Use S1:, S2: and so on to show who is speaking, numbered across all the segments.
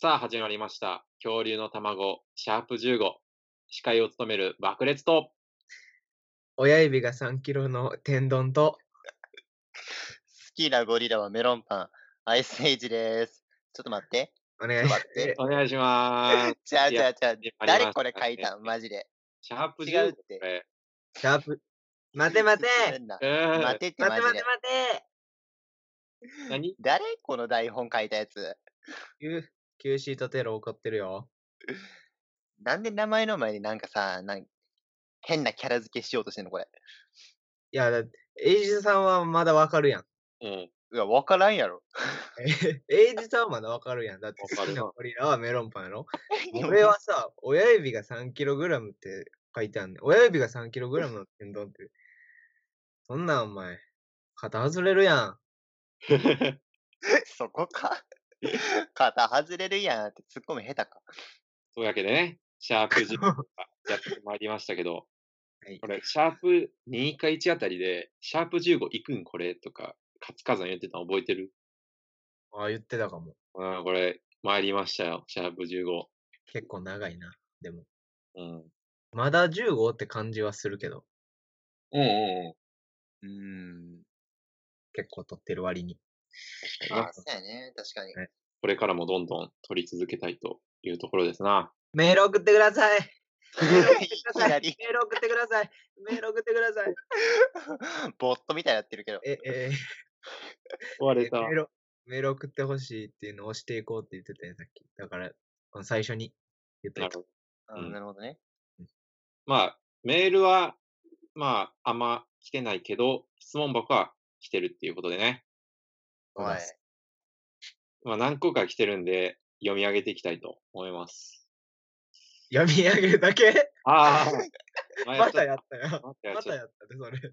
S1: さあ、始まりました。恐竜の卵、シャープ15。司会を務める爆裂と、
S2: 親指が3キロの天丼と、
S3: 好きなゴリラはメロンパン、アイスエイジです。ちょっと待って。
S2: お願いします。
S1: お願いします。
S3: じゃあじゃあじゃあ、誰これ書いたんマジで。
S1: シャープ
S3: 違うっ
S1: 15。
S3: て。
S2: シャープ。 待て待て
S1: うん
S3: 待てって
S2: 待
S3: マ
S2: て
S3: ジ
S2: 待て
S3: で。
S2: 待て
S1: 何
S3: 誰この台本書いたやつ。
S2: Q, Q シートテロ怒ってるよ。
S3: なんで名前の前になんかさ、なん変なキャラ付けしようとしてんのこれ。
S2: いや、だってエイジさんはまだわかるやん。
S1: うん。
S3: いや、わからんやろ。
S2: エイジさんはまだわかるやん。だって
S1: わか
S2: 好
S1: る
S2: きなゴリラはメロンパン やろ。
S3: 今
S2: 俺はさ、親指が3キログラムって書いてあんねん。親指が3キログラムの天丼って。そんなんお前、肩外れるやん。
S3: そこか。肩外れるやんって突っ込む下手か。
S1: というわけでね、シャープ15やってまいりましたけど、
S2: はい
S1: これ、シャープ2か1あたりで、シャープ15いくんこれとか、勝火山言ってたの覚えてる
S2: ああ、言ってたかも。
S1: うん、これ、参りましたよ、シャープ15。
S2: 結構長いな。でも。
S1: うん。
S2: まだ15って感じはするけど、
S1: うんうんうん。
S3: うーん。
S2: 結構取ってる割に。
S3: まあ、そうやね。確かに。
S1: これからもどんどん取り続けたいというところですな。
S2: メール送ってください。
S3: い
S2: く
S3: き
S2: ださ
S3: な
S2: メ
S3: いり、
S2: ール送ってください。メール送ってください。
S3: ボットみたいになってるけど。
S2: え、え
S1: 壊
S2: ー、
S1: れた
S2: メ。ール、メール送ってほしいっていうのを押していこうって言ってたよ、さっき。だから、この最初に言っと
S1: ないるほ
S2: た。
S1: ど
S3: あ
S1: うん
S3: なるほどね。
S1: まあ、メールは、まあ、あんま来てないけど、質問箱は来てるっていうことでね。
S2: そう
S3: は
S2: で
S3: い。
S2: す
S1: まあ、何個か来てるんで、読み上げていきたいと思います。
S2: 読み上げるだけ
S1: ああ
S2: またや
S1: っ
S2: ったよ。
S1: またやっ
S2: ま
S1: ちゃ
S2: た
S1: っ
S2: やったで、それ。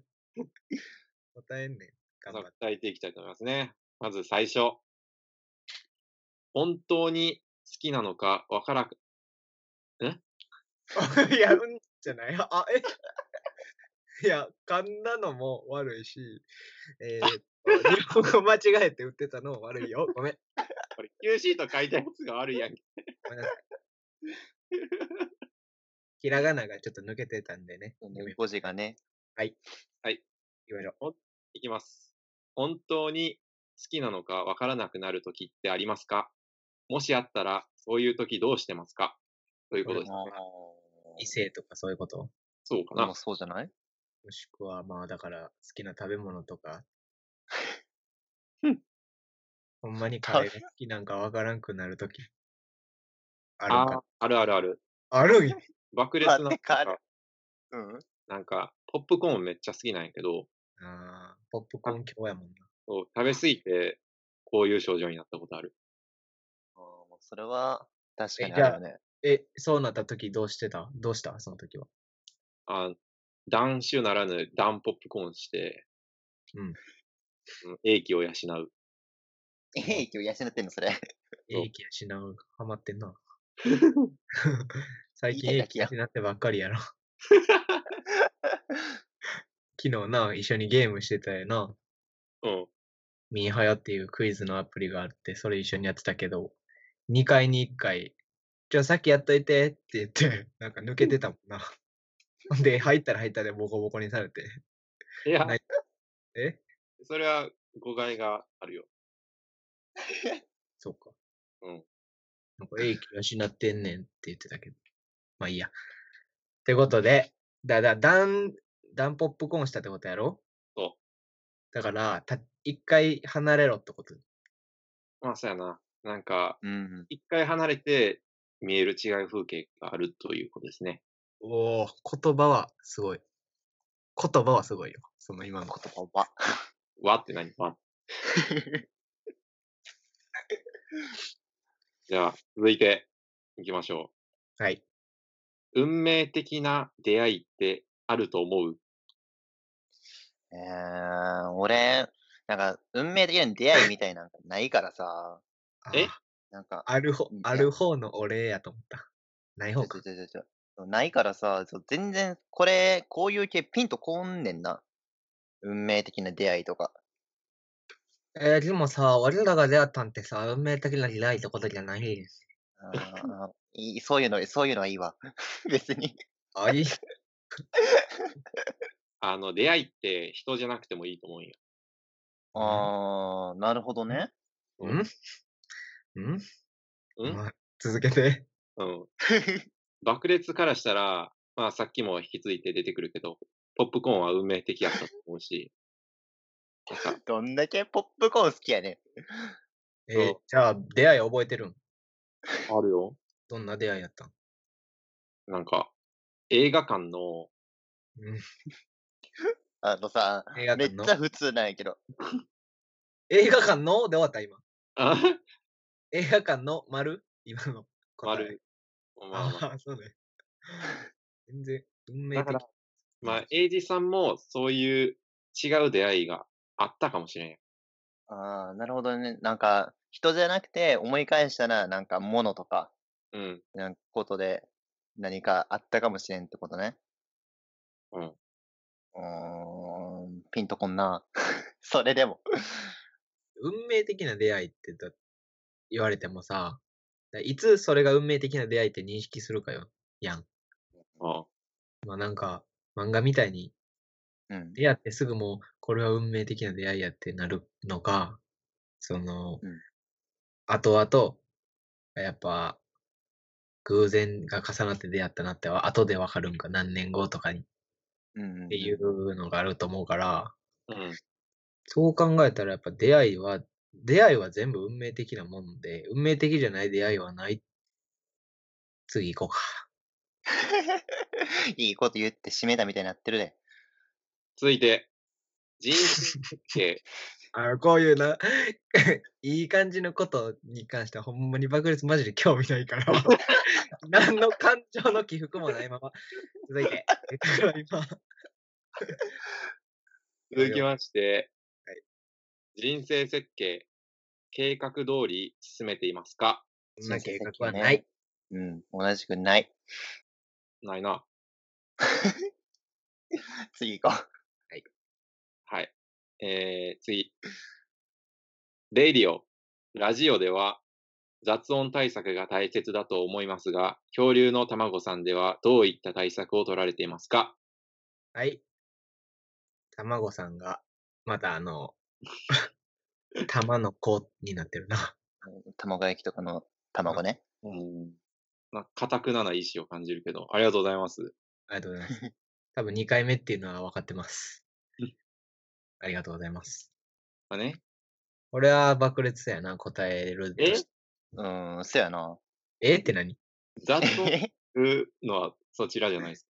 S2: 答えんねん。
S1: た。
S2: 頑張って。
S1: 伝えていきたいと思いますね。まず最初。本当に好きなのかわからん、
S2: い や、うんじゃない。あ、えい や、噛んだのも悪いし、えー、っと、日本語間違えて売ってたのも悪いよ。 ごめん。
S1: これ Q シート書いたやつが悪いやんけ。
S2: ごめんなさい。ひらがながちょっと抜けてたんでね。読み
S3: 5時がね。
S2: ましょう。
S1: いきます。本当に好きなのかわからなくなるときってありますかもしあったら、そういうときどうしてますかということですね。
S3: あ
S2: 異性とかそういうこと
S1: そうか
S3: ーで
S1: な
S3: も。そうじゃない
S2: もしくは、まあだから、好きな食べ物とか
S1: うん。
S2: ほんまにカレーが好きなんかわからんくなるとき。 あるん
S1: あ
S2: か。
S1: あるあるある。
S2: あるんや
S1: 爆裂な
S3: 待
S1: な
S3: っ
S1: ん
S3: てカレー
S1: か、
S3: うん。
S1: なんか、ポップコーンめっちゃ好きなんやけど、
S2: あーポップコーン強やもんな。
S1: そう食べ過ぎて、こういう症状になったことある。
S3: あーもうそれは、確か
S2: え
S3: に
S2: じゃあ
S3: あるよ ね。
S2: え、そうなった時どうしてたどうしたその時は。
S1: あ断酒ならぬ断ポップコーンして、
S2: うん。
S1: うん英気を養う。
S3: 影響養ってんのそれ。
S1: そう
S2: 英気失う、ハマってん な。最近
S3: いい
S2: 英
S3: だけ
S2: 気
S3: や
S2: 失ってばっかり やろ。昨日な、一緒にゲームしてたよな。
S1: うん。
S2: ミーハヤっていうクイズのアプリがあって、それ一緒にやってたけど、2回に1回、ちょ、さっきやっといてって言って、なんか抜けてたもん な。ほんで、入ったら入ったでボコボコにされて。
S1: いや、
S2: ないえ
S1: それは誤解があるよ。
S2: そうか。
S1: うん。
S2: なんか、英気養ってんねんって言ってたけど。まあいいや。ってことで、だ、だ、ダン、ダンポップコーンしたってことやろ。
S1: そう
S2: だから、た、一回離れろってこと。
S1: まあ、そうやな。なんか、
S3: うん。
S1: 一回離れて見える違う風景があるということですね。
S2: おお言葉はすごい。言葉はすごいよ。その今の言葉。
S3: 言 葉。
S1: わって何 わ。じゃあ、続いて行きましょ
S2: はい。
S1: う。運命的な出会いってあると思う
S3: えー、俺、なんか、運命的な出会いみたいなんかないからさ、
S1: え
S2: あ
S3: なん か、
S2: ある方
S3: いや、
S2: ある方のお礼やと思った。ない
S3: ちょ
S2: 方か
S3: ちょ。ちょちょそうないからさ、そう全然、これ、こういう系ピンとこんねんな。運命的な出会いとか。
S2: えーでもさ、俺らが出会ったんってさ、運命的な出会いってことじゃない。
S3: あーいいそういうの、そういうのはいいわ。 別に。
S2: あ、いい。
S1: あの、出会いって人じゃなくてもいいと思うんよ。
S3: ああ、なるほど ね。
S2: んん
S1: うん
S2: まあ続けて。
S1: うん。爆裂からしたら、まあさっきも引き継いで出てくるけど、ポップコーンは運命的やったと思うし、なんか
S3: どんだけポップコーン好きやねん。
S2: え
S1: そう
S2: じゃあ、出会い覚えてるん
S1: あるよ。
S2: どんな出会いやったん
S1: なんか、映画館の、
S2: うん
S3: あのさ、
S2: 映画
S3: め
S2: 館
S3: っ
S2: の
S3: ちゃ普通なんやけど。
S2: 映画館ので終わった、今。
S1: あ
S2: 映画館の丸今の答え。
S1: 丸。まあまあ、
S2: ああ、そうね。全然、運命
S1: だか
S2: 的
S1: ら。、まあ、エイジさんもそういう違う出会いがあったかもしれんやん。
S3: ああ、なるほどね。なんか、人じゃなくて、思い返したら、なんか、物とか、
S1: うん。
S3: なんかことで、何かあったかもしれんってことね。
S1: うん。
S3: うーん、ピンとこんな。 それでも。
S2: 運命的な出会いってだ言われてもさ、だいつそれが運命的な出会いって認識するかよ、やん。
S1: あ
S2: まあなんか、漫画みたいに
S3: うん。
S2: 出会ってすぐもう、これは運命的な出会いやってなるのか、その、
S3: うん
S2: 後々、やっぱ、偶然が重なって出会ったなっては、後でわかるんか、何年後とかにっ
S3: うん。
S2: ていうのがあると思うから、
S1: うん。
S2: そう考えたらやっぱ出会いは、出会いは全部運命的なもんで、運命的じゃない出会いはない。次行こうか。
S3: いいこと言って締めたみたいになってるで。
S1: 続いて、人生設 計。
S2: あこういうな、 いい感じのことに関しては、ほんまに爆裂マジで興味ないから、 何の感情の起伏もないまま。続いて、えっと今、
S1: 続きまして、
S2: は
S1: 人生設計、計画通り進めていますか
S2: そんな計画は
S3: ね
S2: ない。
S3: うん。同じくない。
S1: ないな。
S3: 次行こ
S1: はい。えー、次。レディオ、ラジオでは雑音対策が大切だと思いますが、恐竜の卵さんではどういった対策を取られていますか
S2: はい。たまごさんが、またあの、玉の子になってるな。
S3: う。卵焼きとかの卵ね。
S1: うん。まあ、固くなな意志を感じるけど、ありがとうございます。
S2: ありがとうございます。多分2回目っていうのは分かってます
S1: うん。
S2: ありがとうございます。
S1: まあね。
S2: 俺は爆裂やな、答えると
S1: え
S2: し
S3: うーん、そやな。
S2: えって何
S1: 雑音っていうのは そちらじゃないですか。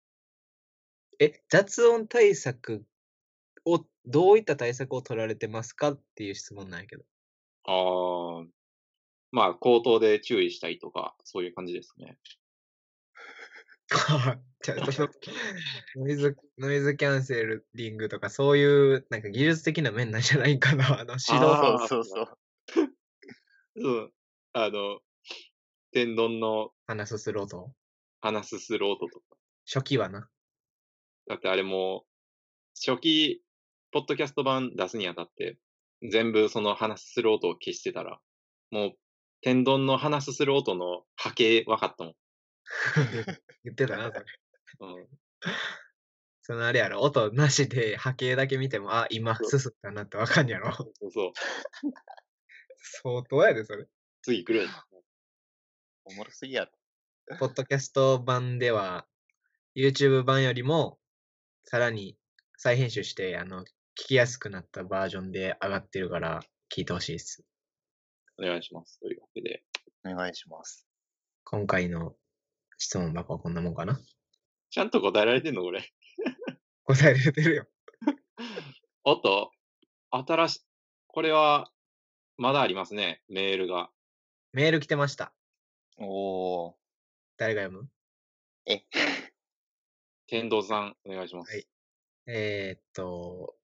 S2: え、雑音対策を、どういった対策を取られてますかっていう質問なん やけど。
S1: ああ。まあ、口頭で注意したりとか、そういう感じですね。
S2: ちゃんと ノイズ、ノイズキャンセリングとか、そういう、なんか技術的な面なんじゃないんかな。あの、指導。
S1: あー
S3: そうそうそう。
S1: そう。あの、天丼の
S2: 話すスローと。
S1: 鼻すする音とか。
S2: 初期はな。
S1: だってあれも、初期、ポッドキャスト版出すにあたって、全部その鼻すする音を消してたら、もう、天丼の鼻すする音の波形分かったもん。
S2: 言ってたな、それ。
S1: うん、
S2: そのあれやろ、音なしで波形だけ見ても、あ、今
S1: そう
S2: 進んだなってわかんやろ。
S1: そうそう。
S2: 相当やで、それ。
S1: 次来るんだ。
S3: おもろすぎやろ。
S2: ポッドキャスト版では、YouTube 版よりも、さらに再編集して、あの、聞きやすくなったバージョンで上がってるから、聞いてほしいです。
S1: お願いします。というわけで。
S3: お願いします。
S2: 今回の質問箱はこんなもんかな。
S1: ちゃんと答えられてんのこれ。
S2: 答え出てるよ。
S1: おっと、新し、これは、まだありますね。メールが。
S2: メール来てました。
S3: おー。
S2: 誰が読む
S3: え、
S1: 天童さん、お願いします。
S2: はいえー、っと、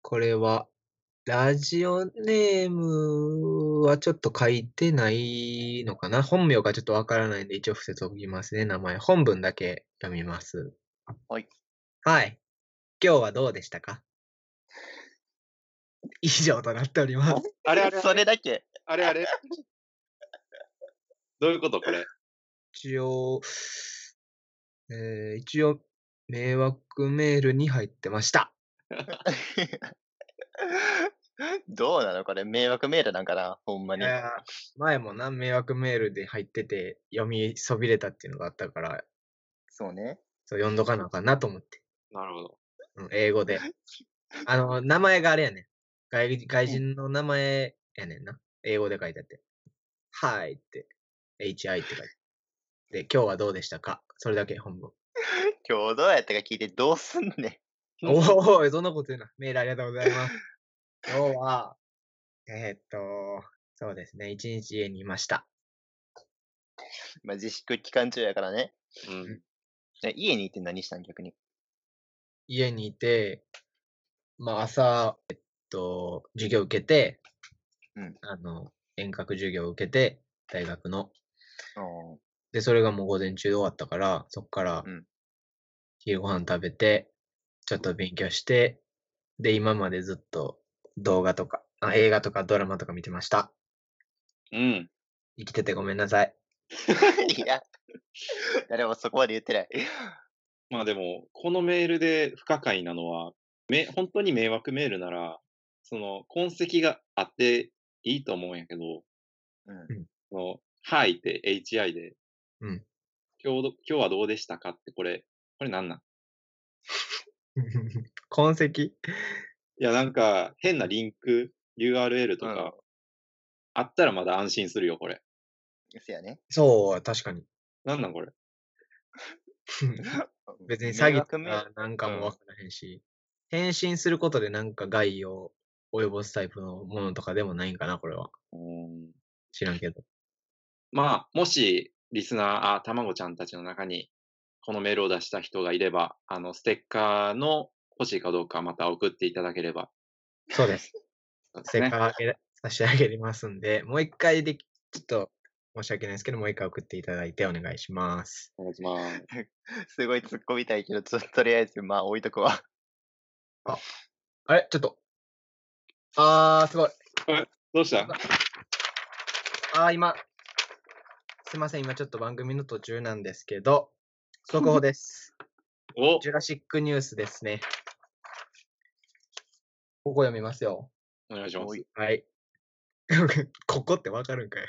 S2: これは、ラジオネームはちょっと書いてないのかな本名がちょっとわからないんで、一応伏せときますね、名前。本文だけ読みます。
S3: はい。
S2: はい。今日はどうでしたか 以上となっております。
S1: あれあれあれ
S3: それだけ。
S1: あれあれどういうことこれ。
S2: 一応、えー一応、迷惑メールに入ってました。
S3: どうなのこれ迷惑メールなんかなほんま
S2: い
S3: に。
S2: やー前もな、迷惑メールで入ってて、読みそびれたっていうのがあったから、
S3: そうね。
S2: そう読んどかなあかんなと思って。
S1: なるほど。
S2: うん、英語で。あの、名前があれやねん。外外人の名前やねんな。英語で書いてあって。はいって。hi って書いてあって。で、今日はどうでしたかそれだけ本文。
S3: 今日どうやったか聞いてどうすんねん。
S2: おお、そんなこと言うな。メールありがとうございます。今日は、えーっと、そうですね。一日家にいました。
S3: まあ、自粛期間中やからね。
S1: うん。
S3: じゃあ家にいて何したん逆に。
S2: 家にいて、まあ朝、えっと、授業受けて、
S3: うん
S2: あの、遠隔授業受けて、大学の。
S3: うん
S2: で、それがもう午前中で終わったから、そっから
S3: うん、
S2: 昼ご飯食べて、ちょっと勉強して、で、今までずっと動画とか、あ映画とかドラマとか見てました。
S1: うん。
S2: 生きててごめんなさ い。
S3: いや、誰もそこまで言ってない。
S1: まあでも、このメールで不可解なのは、め本当に迷惑メールなら、その痕跡があっていいと思うんやけど、
S3: うん、
S1: その、はいって、HI で、
S2: うん
S1: 今日ど、今日はどうでしたかって、これ、これなんなん
S2: 痕跡
S1: いや、なんか、変なリンク、URL と
S3: うん
S1: か、あったらまだ安心するよ、これ。
S3: せやね。
S2: そう、確かに。
S1: なんなん、これ。
S2: 別に詐
S3: 迷
S2: 欺
S3: 惑
S2: と
S3: メー
S2: か
S3: ル
S2: なんか
S1: うん
S2: もわからへんし、返信することでなんか害を及ぼすタイプのものとかでもないんかな、これは。
S1: うん
S2: 知らんけど。
S1: まあ、もし、リスナー、あ、たまごちゃんたちの中に、このメールを出した人がいれば、あの、ステッカーの欲しいかどうか、また送っていただければ。
S2: そうです。
S1: そうです
S2: せっ
S1: ね。
S2: かく差し上げますんで、もう一回でき、ちょっと申し訳ないですけど、もう一回送っていただいてお願いします。
S1: お願いします。
S3: すごい突っ込みたいけど、ちょっととりあえず、まあ置いとくわ。
S2: あれちょっと。あー、すごい。
S1: どうした
S2: あー、今。すいません、今ちょっと番組の途中なんですけど、速報です。
S1: お
S2: ジュラシックニュースですね。ここ読みますよ。
S1: お願いしま
S3: お
S1: す。
S3: い
S2: はい。 ここってわかるんかい。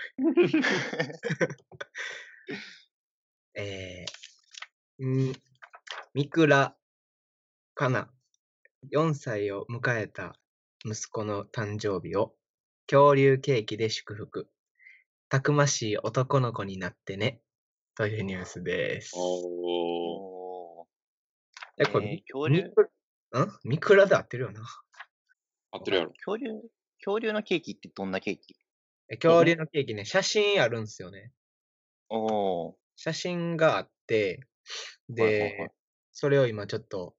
S2: えー、ん三倉かな4歳を迎えた息子の誕生日を恐竜ケーキで祝福。たくましい男の子になってね。というニュースです。
S1: おー
S3: おー
S2: え、これ、
S3: えー
S2: み
S3: 恐竜
S2: みくん三倉で合ってるよな。
S1: 合ってるやろ。
S3: 恐竜、恐竜のケーキってどんなケーキ
S2: え恐竜のケーキね、写真あるんすよね。
S3: おー
S2: 写真があって、で、
S3: はいはいはい
S2: それを今ちょっと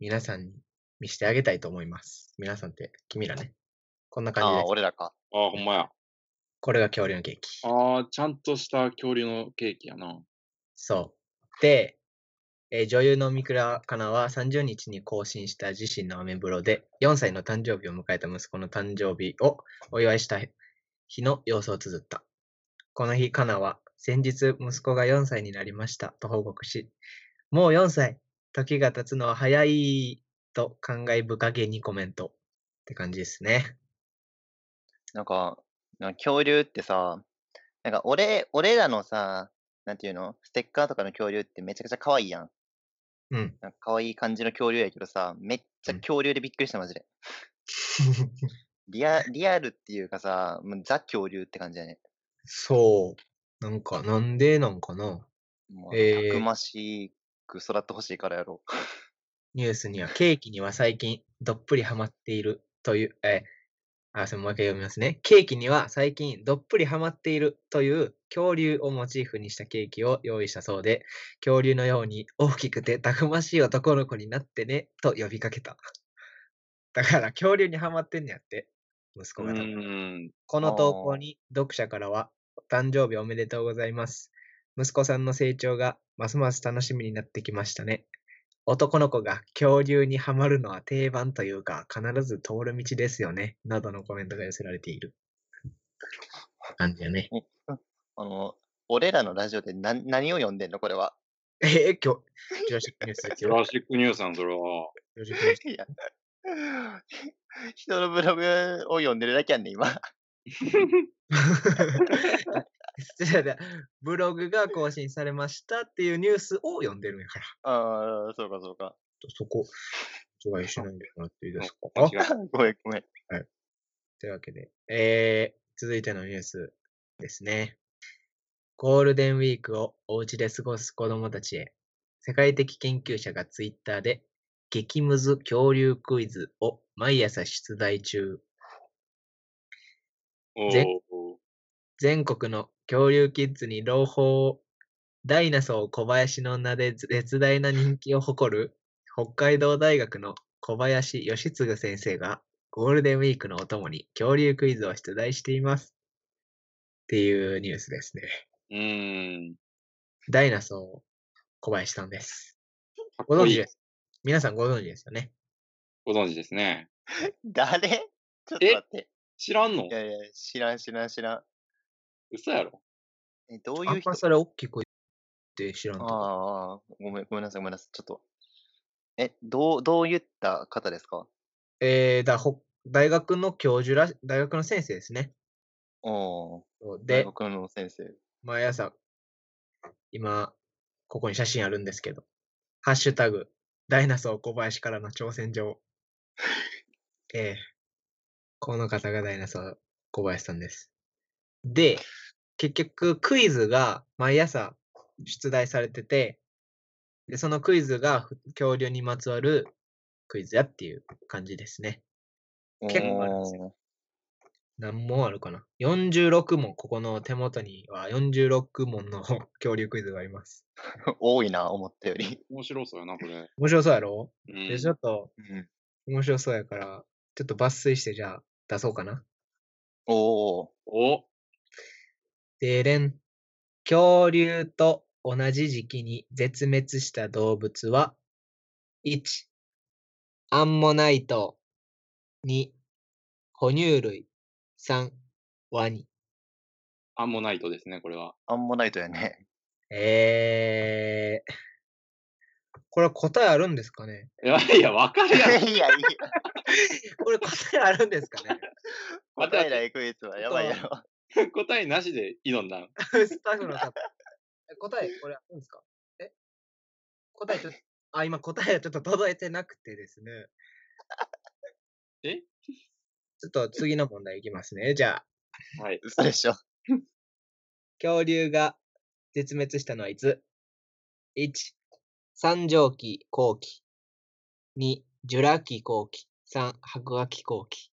S2: 皆さんに見せてあげたいと思います。皆さんって君らね。こんな感じ
S3: ああ
S2: です。
S3: ー、俺らか。
S1: ああ、ほんまや。
S2: これが恐竜のケーキ。
S1: ああ、ちゃんとした恐竜のケーキやな。
S2: そう。で、えー女優の三倉かなは30日に更新した自身のアメブロで4歳の誕生日を迎えた息子の誕生日をお祝いした日の様子を綴った。この日、かなは先日息子が4歳になりましたと報告し、もう4歳、時が経つのは早いと感慨深げにコメントって感じですね。
S3: なんか、なんか恐竜ってさ、なんか俺、俺らのさ、なんていうのステッカーとかの恐竜ってめちゃくちゃ可愛いやん。
S2: うん。
S3: なんか可愛い感じの恐竜やけどさ、めっちゃ
S2: うん
S3: 恐竜でびっくりした、マジで。リアリアルっていうかさ、もうザ恐竜って感じやね。
S2: そう。なんか、なんでなんかな
S3: もう
S2: えー
S3: たくましく育ってほしいからやろ。
S2: ニュースには、ケーキには最近どっぷりハマっているという、えー、あ、そのもう一回読みますね。ケーキには最近どっぷりハマっているという恐竜をモチーフにしたケーキを用意したそうで、恐竜のように大きくてたくましい男の子になってねと呼びかけた。だから恐竜にハマってんねやって、息
S1: う
S2: 子が多分。
S1: ん。
S2: この投
S3: あ
S2: 稿
S3: ー
S2: に読者からは、お誕生日おめでとうございます。息子さんの成長がますます楽しみになってきましたね。男の子が恐竜にはまるのは定番というか、必ず通る道ですよね。などのコメントが寄せられている。感じやね。
S3: あの、俺らのラジオで何何を読んでんのこれは。
S2: えー、今日、ジュラシックニュースです
S1: ジュラ
S2: よ。
S1: シックニュースなん、それは。
S2: ジュラシックニュース
S3: いや、人のブログを読んでるだけやんね、今。
S2: じゃあじゃあブログが更新されましたっていうニュースを読んでるんやから。
S3: ああ、そうかそうか。
S2: ちょっとそこ、除外しないでもらっていいですか。
S1: 間
S2: あ
S1: 違えた
S3: ごめんごめん。
S2: というわけで、えー、続いてのニュースですね。ゴールデンウィークをお家で過ごす子供たちへ、世界的研究者がツイッターで、激ムズ恐竜クイズを毎朝出題中。
S1: お
S2: ぜ
S1: ー
S2: 全国の恐竜キッズに朗報をダイナソー小林の名で絶大な人気を誇る北海道大学の小林義次先生がゴールデンウィークのお供に恐竜クイズを出題しています。っていうニュースですね。
S1: うーん。
S2: ダイナソー小林さんです。
S1: かっ
S2: ご
S1: こ
S2: 存
S1: い
S2: 知
S1: い
S2: で。す。皆さんご存知ですよね。
S1: ご存知ですね。
S3: 誰ちょっと
S1: え
S3: 待って。
S1: 知らんの
S3: いやいや、知らん知らん知らん。
S1: 嘘やろ
S3: え、どう
S2: あ
S3: い
S2: ん
S3: う人
S2: まそれ大きい声って知らんとか。
S3: ああ、ごめん、ごめんなさい、ごめんなさい。ちょっと。え、どう、どういった方ですか
S2: えー、だほ大学の教授らし、大学の先生ですね。
S3: おー、大
S2: で、
S3: 学の先生。
S2: 毎朝、今、ここに写真あるんですけど、ハッシュタグ、ダイナソー小林からの挑戦状。ええこの方がダイナソー小林さんです。で、結局、クイズが毎朝出題されてて、で、そのクイズがふ恐竜にまつわるクイズやっていう感じですね。結構あるんです
S3: よ。
S2: 何問あるかな ?46 問、ここの手元には46問の 恐竜クイズがあります。
S3: 多いな、思ったより。
S1: 面白そうやな、これ。
S2: 面白そうやろ、
S1: う
S2: うんで、ちょっと
S3: うん、
S2: 面白そうやから、ちょっと抜粋してじゃあ出そうかな。
S3: おー、
S1: お
S2: でれん。恐竜と同じ時期に絶滅した動物は、1、アンモナイト、2、哺乳類、3、ワニ。
S1: アンモナイトですね、これは。
S3: アンモナイトやね。
S2: えー、これは答えあるんですかね
S1: いや、いや、わか
S3: い
S1: るや
S3: や
S1: ろ。
S3: いや、
S2: これ答えあるんですかね
S3: 答えないクイズはやばいやろ。
S1: 答えなしで挑んだん。
S2: スタッフの方。え答え、これあるんですかえ答えちょっと、あ、今答えはちょっと届いてなくてですね。
S1: え
S2: ちょっと次の問題いきますね。じゃあ、
S1: はい。
S3: 嘘でしょ。
S2: 恐竜が絶滅したのはいつ ?1、三畳紀後期。2、ジュラ紀後期。3、白亜紀後期。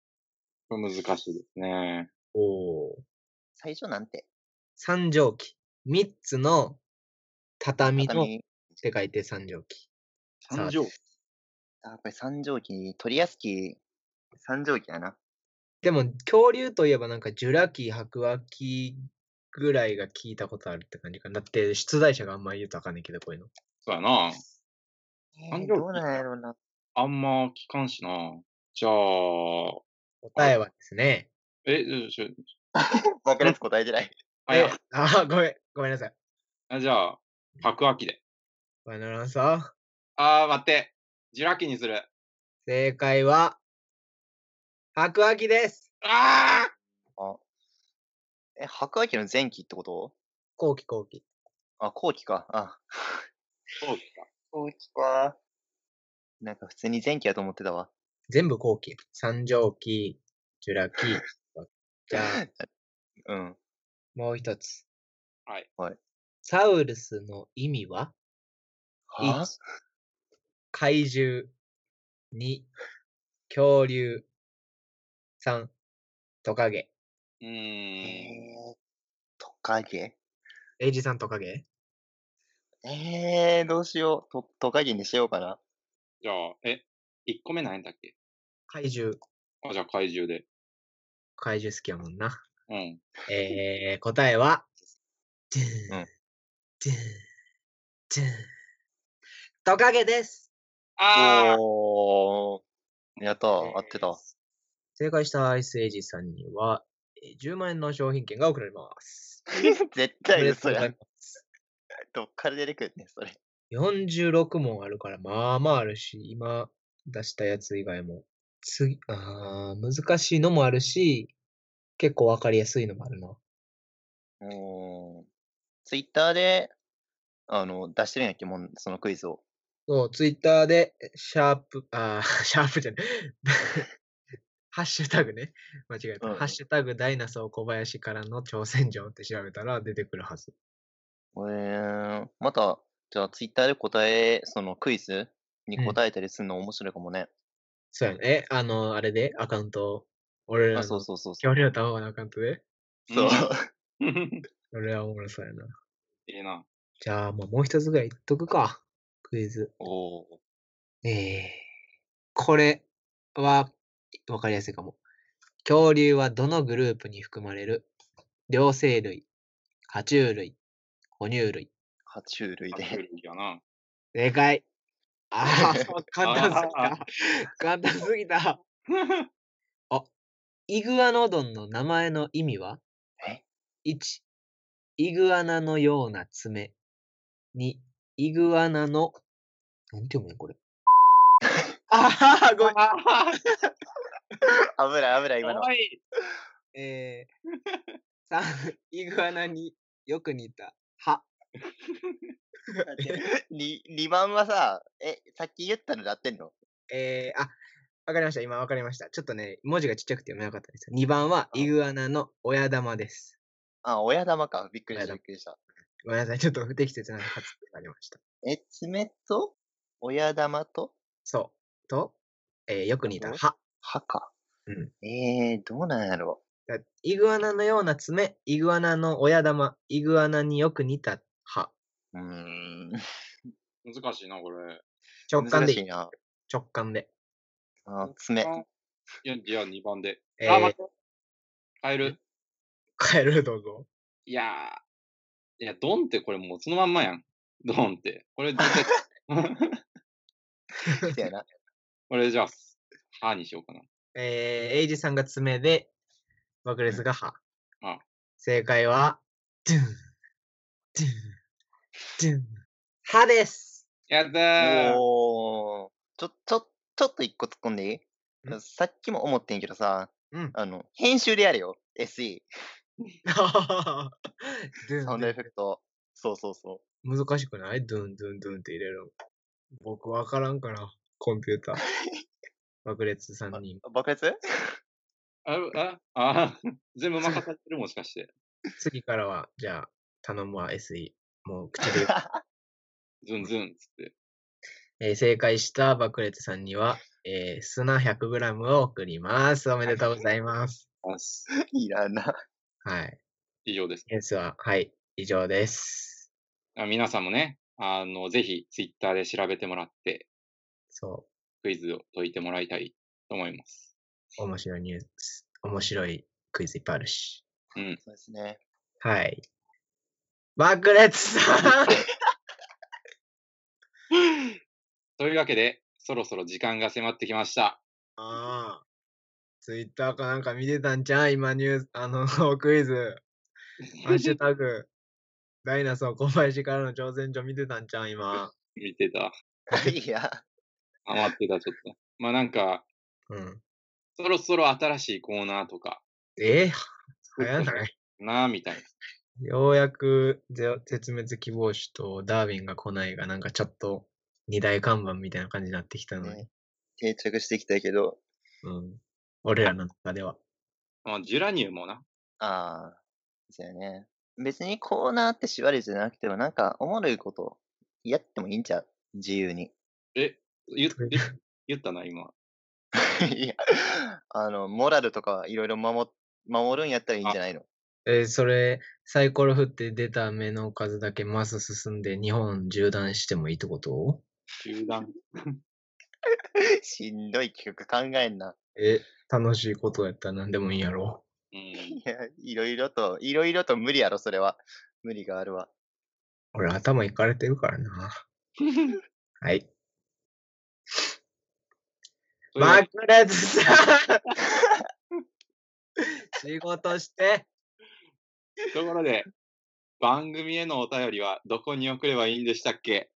S1: これ難しいですね。
S2: おお。
S3: 最初なんて。
S2: 三畳紀。三つの畳のっ
S3: 畳。
S2: て書いて三畳紀。
S1: 誕生。
S3: あ、これ三畳紀、取りやすき、三畳紀やな。
S2: でも恐竜といえばなんかジュラ紀白亜紀ぐらいが聞いたことあるって感じかな。だって出題者があんまり言うとあかんねんけど、こういうの。
S1: そうやな。
S3: え
S1: 三畳紀
S3: ー、どうなんやろうな。
S1: あんま聞かんしな。じゃあ、
S2: 答えはですね。
S1: え、じゃあちょ、
S3: 僕のやつ答えてない。
S1: あ、いや
S2: え あ、ごめん、ごめんなさい。
S1: あじゃあ、白亜紀で。
S2: ごめんなさ
S1: あー、待って。ジュラ紀にする。
S2: い。正解は、白亜紀です。
S1: あ
S3: あえ、白亜紀の前期ってこと
S2: 後期後期。
S3: あ、後期か。あ、
S1: ーそうか。
S3: 後期か。なんか普通に前期やと思ってたわ。
S2: 全部後期。三畳紀、ジュラ紀。じゃあ、
S3: うん。
S2: もう一つ。
S1: はい。
S3: はい。
S2: サウルスの意味は
S3: は
S2: 一怪獣。二、恐竜。三、トカゲ。
S1: う
S3: え
S1: ーん。
S3: ートカゲ
S2: エイジさんトカゲ
S3: えー、どうしよう。トトカゲにしようかな。
S1: じゃあ、え、1個目何やったっけ
S2: 怪獣。
S1: あ、じゃあ怪獣で。
S2: 怪獣好きやもんな。
S1: うん。
S2: えー、答えは、ドゥ
S3: う
S2: ーン
S3: ん、
S2: ドゥーン、ドゥーン。トカゲです
S1: あー
S3: おー。やった
S2: えー
S3: ー、合ってた。
S2: 正解したアイスエイジさんには、えー10万円の商品券が送られます。
S3: 絶
S2: お
S3: 対
S2: めでと
S3: 嘘
S2: うござ
S3: や
S2: い
S3: ん。
S2: ます。
S3: どっから出てくるねん、それ。
S2: 46問あるから、まあまああるし、今出したやつ以外も。次、あー難しいのもあるし、結構わかりやすいのもあるな。
S3: おツイッターで、あの、出してるんやっけ、もんそのクイズを。
S2: そう、ツイッターで、シャープ、あー シャープじゃない。ハッシュタグね。間違えた。
S3: うんうん
S2: ハッシュタグダイナソー小林からの挑戦状って調べたら出てくるはず。
S3: えー、また、じゃあツイッターで答え、そのクイズに
S2: うん
S3: 答えたりするの面白いかもね。
S2: そうやね。え、あの、あれでアカウント、俺ら
S3: あ、そう
S2: の
S3: そうそうそ
S2: 恐竜タワーのアカウントで。
S3: う。そう。
S2: 俺はおもろそうやな。
S1: いいな。
S2: じゃあ、まあ、もう一つぐらい言っとくか。クイズ。
S1: おお。
S2: えー、これは、わかりやすいかも。恐竜はどのグループに含まれる両生類、爬虫類、哺乳類。
S3: 爬虫類
S1: あ
S3: で。
S1: 古いや な。
S2: でかい。ああ、簡単すぎ
S1: あ
S2: た。簡単すぎた。イグアノドンの名前の意味は
S3: え
S2: ?1、イグアナのような爪。2、イグアナの、なんて読むねんこれ。ああ、ごめん。
S1: あ
S3: 危ない危な
S1: ー
S3: い、
S1: か
S3: 今の。
S1: わいい。
S2: えー、3、イ グアナによく似た歯。
S3: 2, 2番はさ、え、さっき言ったので合ってんの
S2: えー、あ、わかりました。今わかりました。ちょっとね、文字がちっちゃくて読めなかったです。2番は、
S3: あ
S2: イグアナの親玉です。
S3: あ、親玉か。びっくりし
S2: 親
S3: た、
S2: 玉
S3: びっくりした。
S2: ごめんなさい。ちょっと不適切な発言がありました。
S3: え、爪と、親玉と、
S2: そう。と、えーよく似た歯。
S3: 歯か。
S2: うん
S3: えー、どうなんやろ
S2: だイグアナのような爪、イグアナの親玉、イグアナによく似た歯。
S3: う。うーん。
S1: 難しいな、これ。
S2: 直感
S3: 難
S2: で
S3: し
S2: い
S3: い
S2: い。
S3: な。
S2: 直感で。
S3: あ爪。
S1: いや、じゃあ2番で。
S2: え
S1: あ、
S2: ー
S1: 待って。カエル。
S2: カエルどうぞ。
S1: いやー。いや、ドンってこれもうそのまんまやん。 ドンって。これ絶対、
S3: みたいな。
S1: これじゃあ、歯にしようかな。
S2: えー、エイジさんが爪で、バクレスが歯。
S1: あ
S2: 正解は、ドゥン、ドゥン、ドゥン。歯です
S1: やったー。
S3: おー。ちょ、ちょ、ちょっと一個突っ込んでいい
S2: うん
S3: さっきも思ってんけどさ、
S2: うん
S3: あの、編集でやれよ。SE。
S2: ドゥン
S3: サウン
S2: ドゥ
S3: ドエ
S2: ン
S3: フェクト。そうそうそう。
S2: 難しくないドゥンドゥンドゥンって入れるの。僕わからんから、コンピューター。爆裂3人。
S3: 爆裂
S1: あああ 全部任されてるもしかして。
S2: 次からは、じゃあ、頼むわ、SE。もう口で言う
S1: ズンズンっつって。
S2: えー正解した爆裂さんには、えー砂 100g を送ります。おめでとうございます。
S1: あす
S3: いらんな。
S2: はい。
S1: 以上です。
S2: ニュースは、はい、以上です。
S1: あ皆さんもね、あの、ぜひツイッターで調べてもらって、
S2: そ
S1: クイズを解いてもらいたいと思います。
S2: う、面白いニュース、面白いクイズいっぱいあるし。
S1: うん。
S3: そうですね。
S2: はい。爆裂さん
S1: というわけで、そろそろ時間が迫ってきました。
S2: ああ。ツイッターかなんか見てたんじゃん今ニュース、あの、クイズ。ハッシュタグ、ダイナソー小林からの挑戦状見てたんじゃん今。
S1: 見てた。
S3: いや、
S1: ハマってた、ちょっと。まあなんか、
S2: うん。
S1: そろそろ新しいコーナーとか、
S2: えー、早ない
S1: なあみたいな。
S2: ようやくゼ絶滅希望種とダーウィンが来ないが、なんかちょっと二大看板みたいな感じになってきたのに、
S3: ね定着してきたけど、
S2: うん、俺らの中では。
S1: まあ、ジュラニウムもな。
S3: ああ、そうやね。別にコーナーって縛りじゃなくても、なんかおもろいことやってもいいんちゃう自由に。
S1: え、言っ言っ言ったな、今。
S3: いや、あの、モラルとかいろいろ守っ守るんやったらいいんじゃないの
S2: えーそれ、サイコロ振って出た目の数だけマス進んで日本縦断してもいいってこと
S1: 中断。
S3: しんどい企画考えんな。
S2: え、楽しいことやったら何でもいいんやろ。
S1: うん
S3: い。や、いろいろと、いろいろと無理やろ、それは。無理があるわ。
S2: 俺頭いかれてるから な。はい。
S1: というわけ
S2: 爆裂 さん仕事して
S1: ところで、番組へのお便りはどこに送ればいいんでしたっけ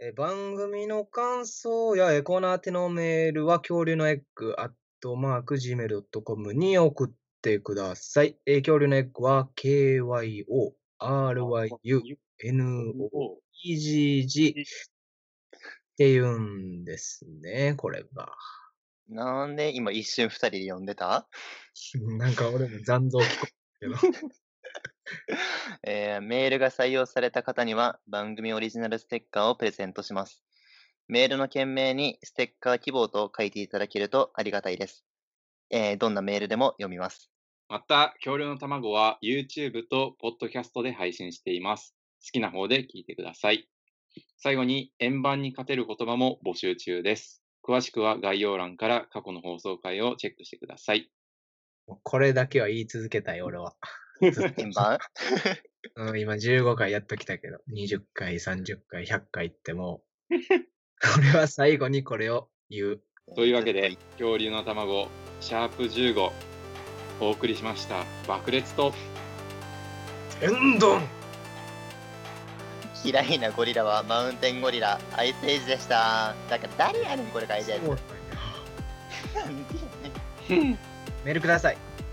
S2: えー番組の感想やえーコーナー宛てのメールは恐竜のエッグアットマーク Gmail.com に送ってください。えー恐竜のエッグは KYORYUNOEGG っていうんですね、これが。
S3: なんで今一瞬二人で呼んでた
S2: なんか俺も残像聞こえるけど。
S3: えーメールが採用された方には番組オリジナルステッカーをプレゼントします。メールの件名にステッカー希望と書いていただけるとありがたいです。えーどんなメールでも読みます。
S1: また、恐竜の卵は YouTube と Podcast で配信しています。好きな方で聞いてください。最後に、円盤に勝てる言葉も募集中です。詳しくは概要欄から過去の放送回をチェックしてください。
S2: もう これだけは言い続けたい、俺は。
S3: 円盤
S2: うん、今15回やっときたけど、20回、30回、100回っても う、これは最後にこれを言う。
S1: というわけで、恐竜の卵、シャープ15、お送りしました。爆裂と、
S2: 天丼
S3: 嫌いなゴリラはマウンテンゴリラ、アイスエイジでした。だから誰やねん、これ書いてあるやつ。
S2: そうなんだ
S3: なんでやねん
S2: メールください。